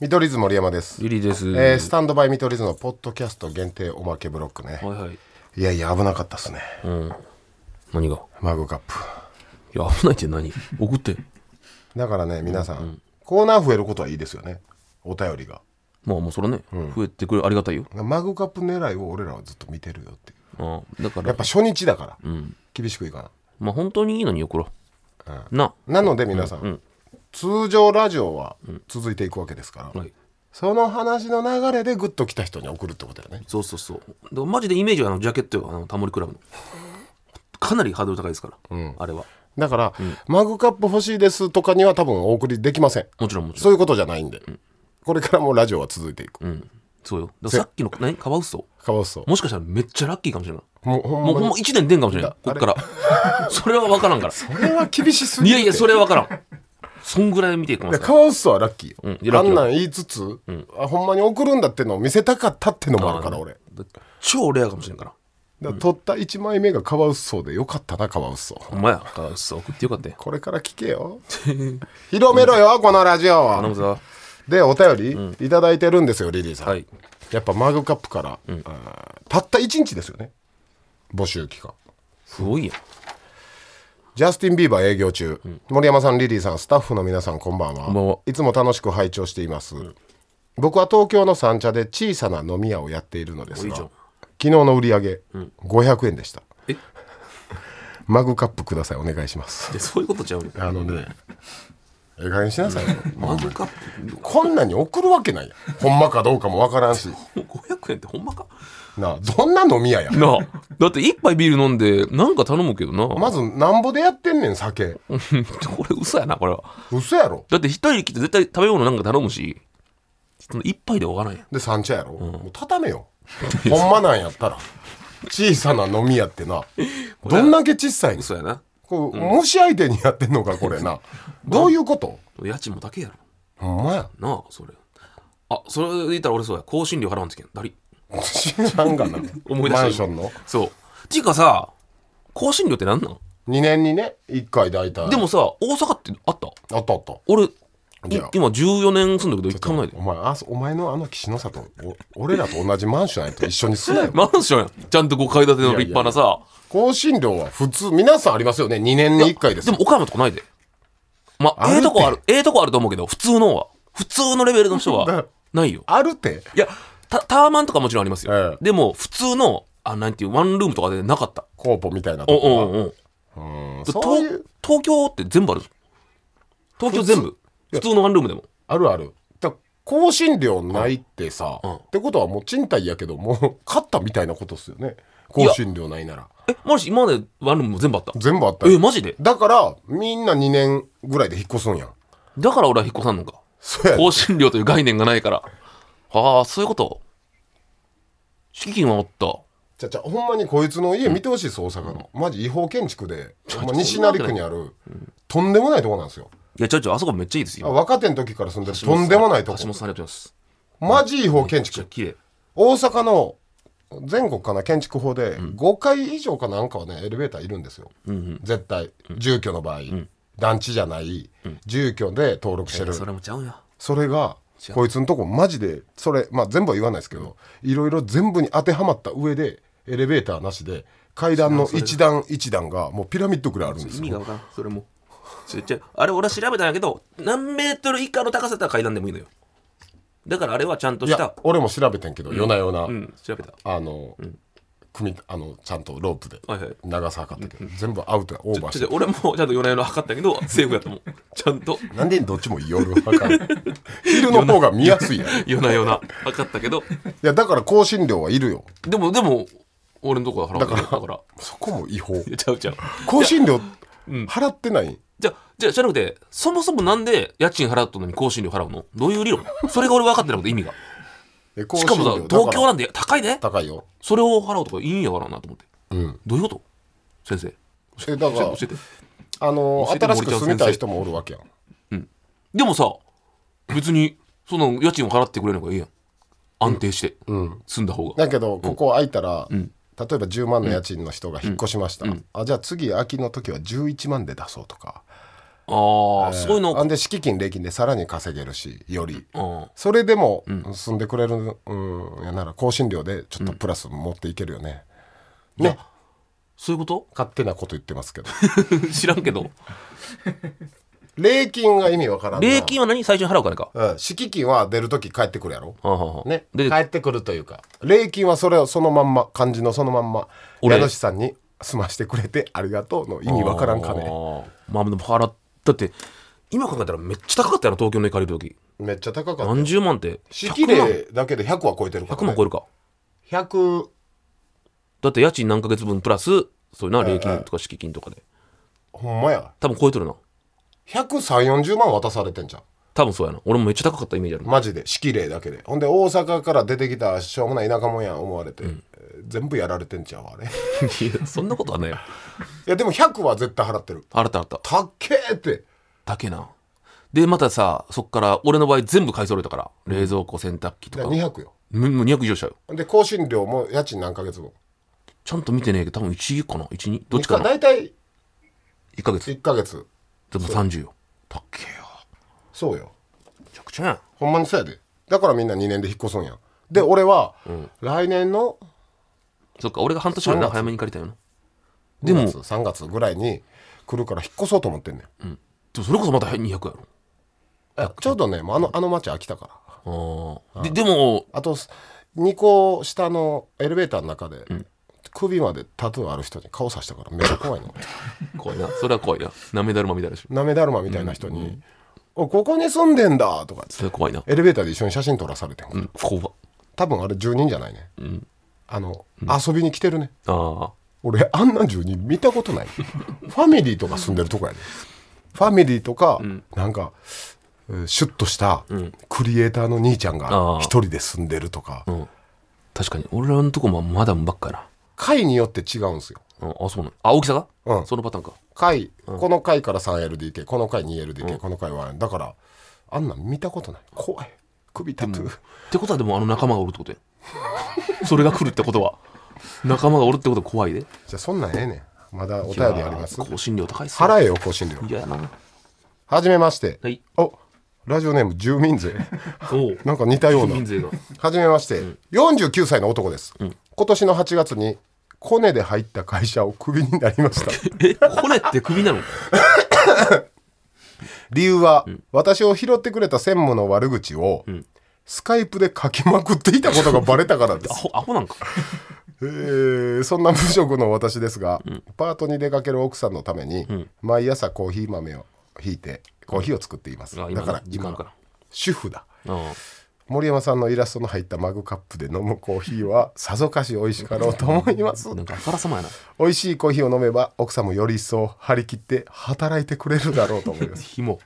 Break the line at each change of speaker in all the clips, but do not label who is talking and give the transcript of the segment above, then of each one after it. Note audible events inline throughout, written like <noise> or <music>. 見取り図森山です
ゆ、りです。
えースタンドバイ見取り図のポッドキャスト限定おまけブロックね
はいはい。
いやいや危なかったっすね
何が
マグカップ
いや、危ないって何送って。
だからね皆さん、コーナー増えることはいいですよねお便りが
まあもうそれね、増えてくれありがたいよ。
マグカップ狙いを俺らはずっと見てるよっていう
うん。だか
や
ら
っ、ぱ初日だから、厳しくいか
まあ本当にいいのに送ろう。な。
ななので皆さん、通常ラジオは続いていくわけですから、
はい。
その話の流れでグッと来た人に送るってことだよね
そうそうそう。だからマジでイメージはあのジャケットよ、あのタモリクラブの。かなりハードル高いですから、あれは。
だから、マグカップ欲しいですとかには多分お送りできません
もちろんもちろん。
そういうことじゃないんで、これからもラジオは続いていく、
うん。そうよ。だからさっきの、何カワウソ
カワウソ
もしかしたらめっちゃラッキーかもしれない。
もうほん
もう
ま
ほん
に
ま1年出んかもしれない。こっから。それは分からん
<laughs>
から。
これは厳しすぎ
い
る
やいや、それは分からん。そんぐらい見ていきま
いや
すから。
カワウソはラッキーよ、
んいやラ
あ
ッキー
んなん言いつつ、あほんまに送るんだってのを見せたかったってのもあるから俺
超レアかもしれんから。
だから取った1枚目がカワウソでよかったなカワウソ
ほんまや。カワウソ送ってよかったよ。
これから聞け
<laughs>
よ広めろよこのラジオ
頼
は
むぞ。
でお便りいただいてるんですよリリーさん、
はい。
やっぱマグカップから、あーたった1日ですよね募集期間
すごいやん。
ジャスティン・ビーバー営業中、森山さんリリーさんスタッフの皆さんこんばんは
んばんはい
つも楽しく拝聴しています、僕は東京の三茶で小さな飲み屋をやっているのです
いい
が
じゃん
昨日の売り上げ、500円でした
え
マグカップくださいお願いします
でそういうことちゃうよ。
あのねええ加減にしなさいよ
マグカッ
こんなに送るわけないやんほんまかどうかもわからんし
プ500円ってほんまか
なあどんな飲み屋や
なあ。だって一杯ビール飲んで、なんか頼むけどな。 <laughs>
まずなんぼでやってんねん酒
うんこれ嘘やな、これは。
嘘やろ
だって一人で来て絶対食べ物なんか頼むし、その一杯で終わらんやん。
で三茶やろ、もう畳めよ <laughs> ほんまなんやったら小さな飲み屋
<laughs>
ってなどんだけ小さいの
嘘やな。
こう、もし相手にやってんのかこれ
<laughs>
などういうこと
家賃も高いやろ。
ほんまや
なあ、それ。あ、それで言ったら俺そうや。更新料払うんですけど、だり。
知らんがな
思い出した
マンションの
そう。ていうかさ、更新料ってなんなん
2年にね1回大体
でもさ、大阪ってあった
あったあった
俺、い
いや
今14年住んだけど、一回もないで
お。前あお前のあの岸の里お俺らと同じマンションやと一緒に住めよ
マンションやんちゃんと5階建ての立派なさ。
更新料は普通皆さんありますよね2年に1回です
でも岡山とかないで。ま
あ
あ、
るて
ええとこある、ええとこあると思うけど、普通のは、普通のレベルの人
だ <laughs>
は、ないよ。
あるて
いや、タタワーマンとかもちろんありますよ。
ええ
でも、普通の、あ、なんていう、ワンルームとかでなかった。
コーポみたいな
お
とこ
おお
うん
と
そういう
東京って全部ある東京全部。普通のワンルームでも。
あるある。だ更新料ないってさ、
ん
ってことはもう賃貸やけど、も <laughs> う買ったみたいなことっすよね。更新料ないなら。
え、マジ今までワンルームも全部あった。
全部あった
え、
よ。
マジで
だから、みんな2年ぐらいで引っ越すんやん。
だから俺は引っ越さんのか。
そう <laughs>
<laughs>
やね
更新料という概念がないから。ああ、そういうこと。敷金はあった。
ちゃちゃ、ほんまにこいつの家見てほしいです、大阪の。マジ違法建築で、ほんま西成区にある、とんでもないとこなんですよ。
いや、ちょいちょい、あそこめっちゃいいです
あ
よ。
若手の時から住んでる、とんでもないと
橋本
こ。
さんありがとうございま
マ
す。
ジ違法建
じゃ
築。
綺麗。
大阪の全国かな建築法で5階以上かなんかはねエレベーターいるんですよ、絶対住居の場合、団地じゃない、住居で登録してる、
それもちゃうんや。
それが
違う
こいつのとこマジでそれまあ全部は言わないですけど、いろいろ全部に当てはまった上でエレベーターなしで階段の一段一段がもうピラミッドぐらいあるんです
意味
よ
がわからん。それも。ちょちょあれ俺は調べたんやけど、何メートル以下の高さだったら階段でもいいのよ。だからあれはちゃんと
い
した
や。俺も調べてんけど、夜な夜な、
うん、調べた。
あの、組みあのちゃんとロープで
はいはい。
長さ測ったけど、全部アウトやオーバーして
ちょっと俺もちゃんと夜な夜な測っ
<laughs>
たけど、セーフやと思う。ちゃんと
なんでどっちも夜はかん昼の方が見やすいやんい
夜な夜な測ったけど、
やだから更新料はいるよ
でも、でも、俺のとこは払わないだから。
そこも違法
いやちゃうちゃう。
更新料払ってない
じゃあ、じゃあ、じゃなくて、そもそもなんで家賃払ったのに更新料払うのどういう理論それが俺分かってなくて意味が。
え更
しかもさ、
だら
東京なんで高いね。
高いよ
それを払うとかいいんやからなと思って。
うん
どういうこと先生。
えだから
教えて。
あの
教えて
新しく住みたい人もおるわけやん
でもさ、別に、その家賃を払ってくれるのがいいやん。安定して、
うん
住んだ方が。
だけどここ空いたら、例えば10万の家賃の人が引っ越しました、あじゃあ次秋の時は11万で出そうとか
あああ、すごいの
あんで敷金礼金でさらに稼げるしより
うん
それでも住んでくれる、うん、やなら更新料でちょっとプラス持っていけるよね、ね
そういうこ
勝手なこと言ってますけど <laughs>
と <laughs> 知らんけど。
礼金が意味わからんな
礼金は何最初に払うお金か。
うん敷金は出るとき帰ってくるやろ
はあはあはあ
ね、帰
で
ってくるというか礼金はそれをそのまんま漢字のそのまんま
俺
家主さんに済ましてくれてありがとうの意味わからんか
あ
ね
ーまあでも払っだって今考えたらめっちゃ高かったよな東京の行かれる時
めっちゃ高かった
何十万って
敷
100万
礼だけで100は超えてるから、
100
ね、
万超えるか
100
だって家賃何ヶ月分プラスそういうな礼金とか敷金とかで
ほんまや
多分超えてるな
13040万渡されてんじゃん
多分そうやな俺もめっちゃ高かったイメージある
マジで式礼だけでほんで大阪から出てきたしょうもない田舎もんや思われて、えー全部やられてんちゃうあれい
<laughs> いやそんなことはないよ
やでも100は絶対払ってる
払った払った
たっけーって
だけなでまたさそっから俺の場合全部買い揃えたから冷蔵庫洗濯機と
だ
か
から200よ
むもう200以上したよ
ほんで更新料も家賃何ヶ月分
ちゃんと見てねえけど多分1かな12どっちか
一
な
回大体
1ヶ月
1ヶ月
でも30よたっけえよ
そうよ
めちゃくちゃやん
ほんまにそうやでだからみんな2年で引っ越すんやで俺は、来年の
そっか、俺が半年ぐらいな早めに借りたよな。で
2
も、
月
でも
3月ぐらいに来るから引っ越そうと思ってんねん
それこそまた200や
えちょうどねもうあのあの町飽きたから
ろ。ああ。で、でも、
あと2個下のエレベーターの中で、首までタトゥーある人に顔さしたからめっちゃ怖いの
怖いな。それは怖いな。なめだるまみたいだし。
なめだるまみたいな人に「おここに住んでんだ」とかっつっ
それは怖いな。
てエレベーターで一緒に写真撮らされてん、
うん、怖っ
多分あれ住人じゃないね、あの、遊びに来てるね
ああ。
俺あんな住人見た
<laughs>
ことないファミリーとか住んでるとこやねファミリーとか、なんかえーシュッとしたクリエイターの兄ちゃん
あ
が
ー
一人で住んでるとか、
確かに、俺らのとこもマダムばっかや
階によって違うんですよ
な。うん、あ、そうなの。あ、大きさが
うん
そのパターンか。
回、この回から 3LDK この回 2LDK、この回はだからあんなん見たことない怖い首タトゥー
ってことは、でもあの仲間がおるってことや。それが来るってことは。仲間がおるってことは怖いで。
じゃあそんなんええねんまだお便りあります
いやー更新料高いっすね。
払えよ更新料
いやな。
はじめまして、
はい
おラジオネーム住民
<laughs>
税
おう。
なんか似たような
民税が。
はじめまして、49歳の男です、今年の8月にコネで入った会社をクビになりました
え、これって首なの
理由は、私を拾ってくれた専務の悪口を、スカイプで書きまくっていたことがバレたからで
ア
す
<laughs> ホ、アホなんか。
えーそんな無職の私ですが、パートに出かける奥さんのために、毎朝コーヒー豆をひいてコーヒーを作っています、
あ
だから
時間
今
か
主婦だ
ら。うん。
森山さんのイラストの入ったマグカップで飲むコーヒーはさぞかし美味しかろうと思います
なんかあからさまやな。
美味しいコーヒーを飲めば奥さんもより一層張り切って働いてくれるだろうと思います
紐。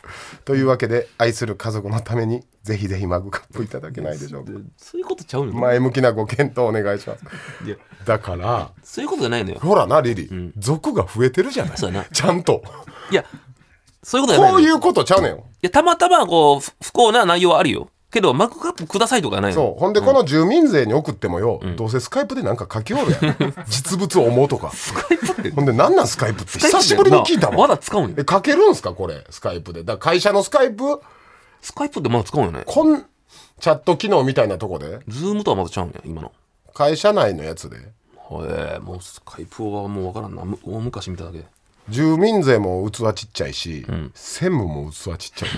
というわけで愛する家族のためにぜひぜひマグカップいただけないでしょうか
そういうことちゃうの、
前向きなご検討お願いします
いや
だから
そういうことじゃないのよ。
ほらなリリー、族が増えてるじゃない
そうやな
ちゃんと
いや、そういうことじゃな
こ
いの
う
よ。
い
いう
ことちゃうねんよ
や、たまたまこう、ふ不幸な内容はあるよ。けど、マグカップくださいとかないの。
そうほんでこの住民税に送ってもよ、どうせスカイプでなんか書きおるやん <laughs> 実物を思うとか
スカイプって。
ほんでなんなんスカイプって
スカイプ
久しぶりに聞いた
なま
わ
だ使うんよ
え。書けるんすかこれスカイプでだから会社のスカイプ
スカイプってまだ使うんよね。
こんチャット機能みたいなとこで
ズームとはまだちゃうんや、今の。
会社内のやつで
へえ、もうスカイプはもうわからんな。む大昔見ただけで。
住民税も器ちっちゃいし、専務も器ちっちゃい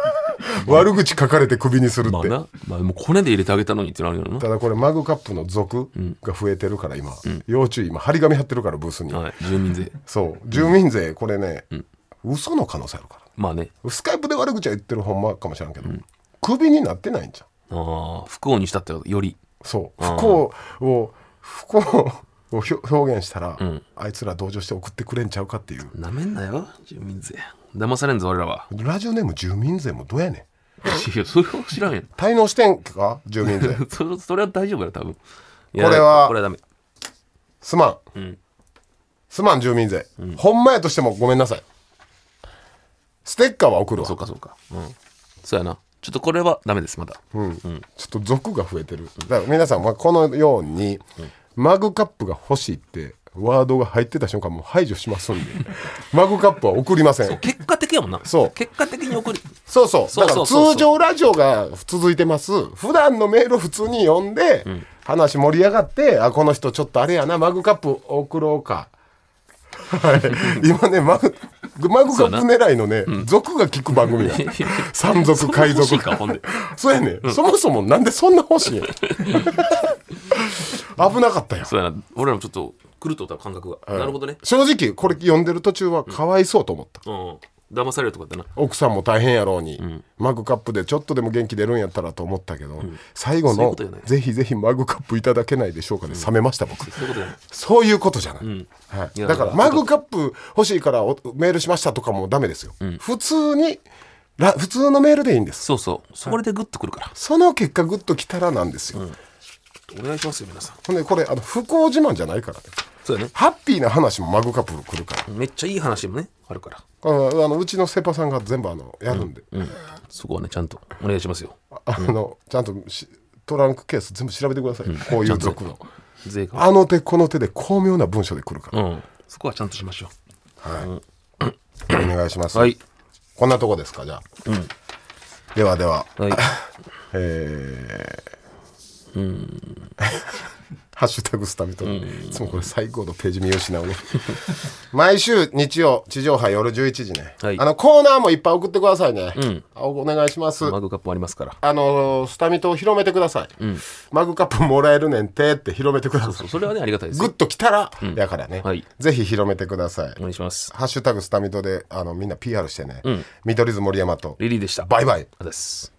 <laughs> 悪口書かれてクビにする
ま
っ
あ
て、
な、まあもうコネで入れてあげたのにってなるよな。
ただこれマグカップの族が増えてるから今、要注意今張り紙貼ってるからブースに、
はい、住民税。
そう住民税これね、嘘の可能性あるから
まあね。
スカイプで悪口は言ってるほんまかもしれんけど、クビになってないんじゃん
ああ、不幸にしたってより。
そう不幸を不幸を表表現したら、あいつら同情して送ってくれんちゃうかっていう
なめんなよ、住民税。騙されんぞ、俺ら
<laughs>
は。
ラジオネーム住民税もどうやねん
いや、それは知らんやん。
滞納してんか住民 <laughs> 税
それそれは大丈夫やろ多分
こ
こ
れは
これはダメ
すまん、すまん住民税、ほんまやとしてもごめんなさいステッカーは送るわ
そうかそうかうんそうやなちょっとこれはダメですまだ
うんちょっと族が増えてるだから皆さんはこのように、マグカップが <laughs> 欲しいってワードが入ってた瞬間もう排除しますんでマグカップは送りません
結果的やもんな
そう
結果的に送 <laughs> り
そうそう
そう
だから
そうそう
通常ラジオが続いてます普段のメールを普通に読んで、話盛り上がってあこの人ちょっとあれやなマグカップ送ろうかはい今ねマグマグカップ狙いのね俗が聞く番 <laughs> 組や山賊海
欲しい
賊
かほんで
<laughs> そうやね、そもそもなんでそんな欲しいん
<laughs>
や危なかったよ
そうやな俺らもちょっと狂っとった感覚が、なるほどね
正直これ読んでる途中はかわいそうと思った、
うん騙されるとかってな
奥さんも大変やろうに、マグカップでちょっとでも元気出るんやったらと思ったけど、最後
そういう
の
ことじゃない
ぜひぜひマグカップいただけないでしょうか」で冷めました僕、
そういうことじゃない
そういうことじゃない,、はいい、
や
だからマグカップ欲しいからおメールしましたとかもダメですよ、普通にら普通のメールでいいんです
そうそうそれでグッとくるから、
その結果グッときたらなんですよ、
お願いしますよ皆さん
ほんでこれあの不幸自慢じゃないからね
そうやね
ハッピーな話もマグカップ来るから
めっちゃいい話もねあるから
あのあのうちのセパさんが全部あのやるんで、
そこはねちゃんとお願いしますよ
あのちゃんとしトランクケース全部調べてください、こういう族の、
税関
あの手この手で巧妙な文章で来るから、
うんそこはちゃんとしましょ
お願いします、
うはい
こんなとこですかじゃあ、ではでは
はい
<laughs> えー <laughs> ハッシュタグスタミトン、いつもこれ最高のページ見失うね <laughs> 毎週日曜地上波夜11時ね、
はい
あのコーナーもいっぱい送ってくださいね、あおお願いします
マグカップありますから
あのスタミトを広めてください、マグカップもらえるねんてって広めてください
そうそれはねありがたいです
グッときたら、やからね、
はい
ぜひ広めてください、
お願いします
ハッシュタグスタミトであのみんな PR してね、見取り図森山と
リリーでした
バイバイ
あです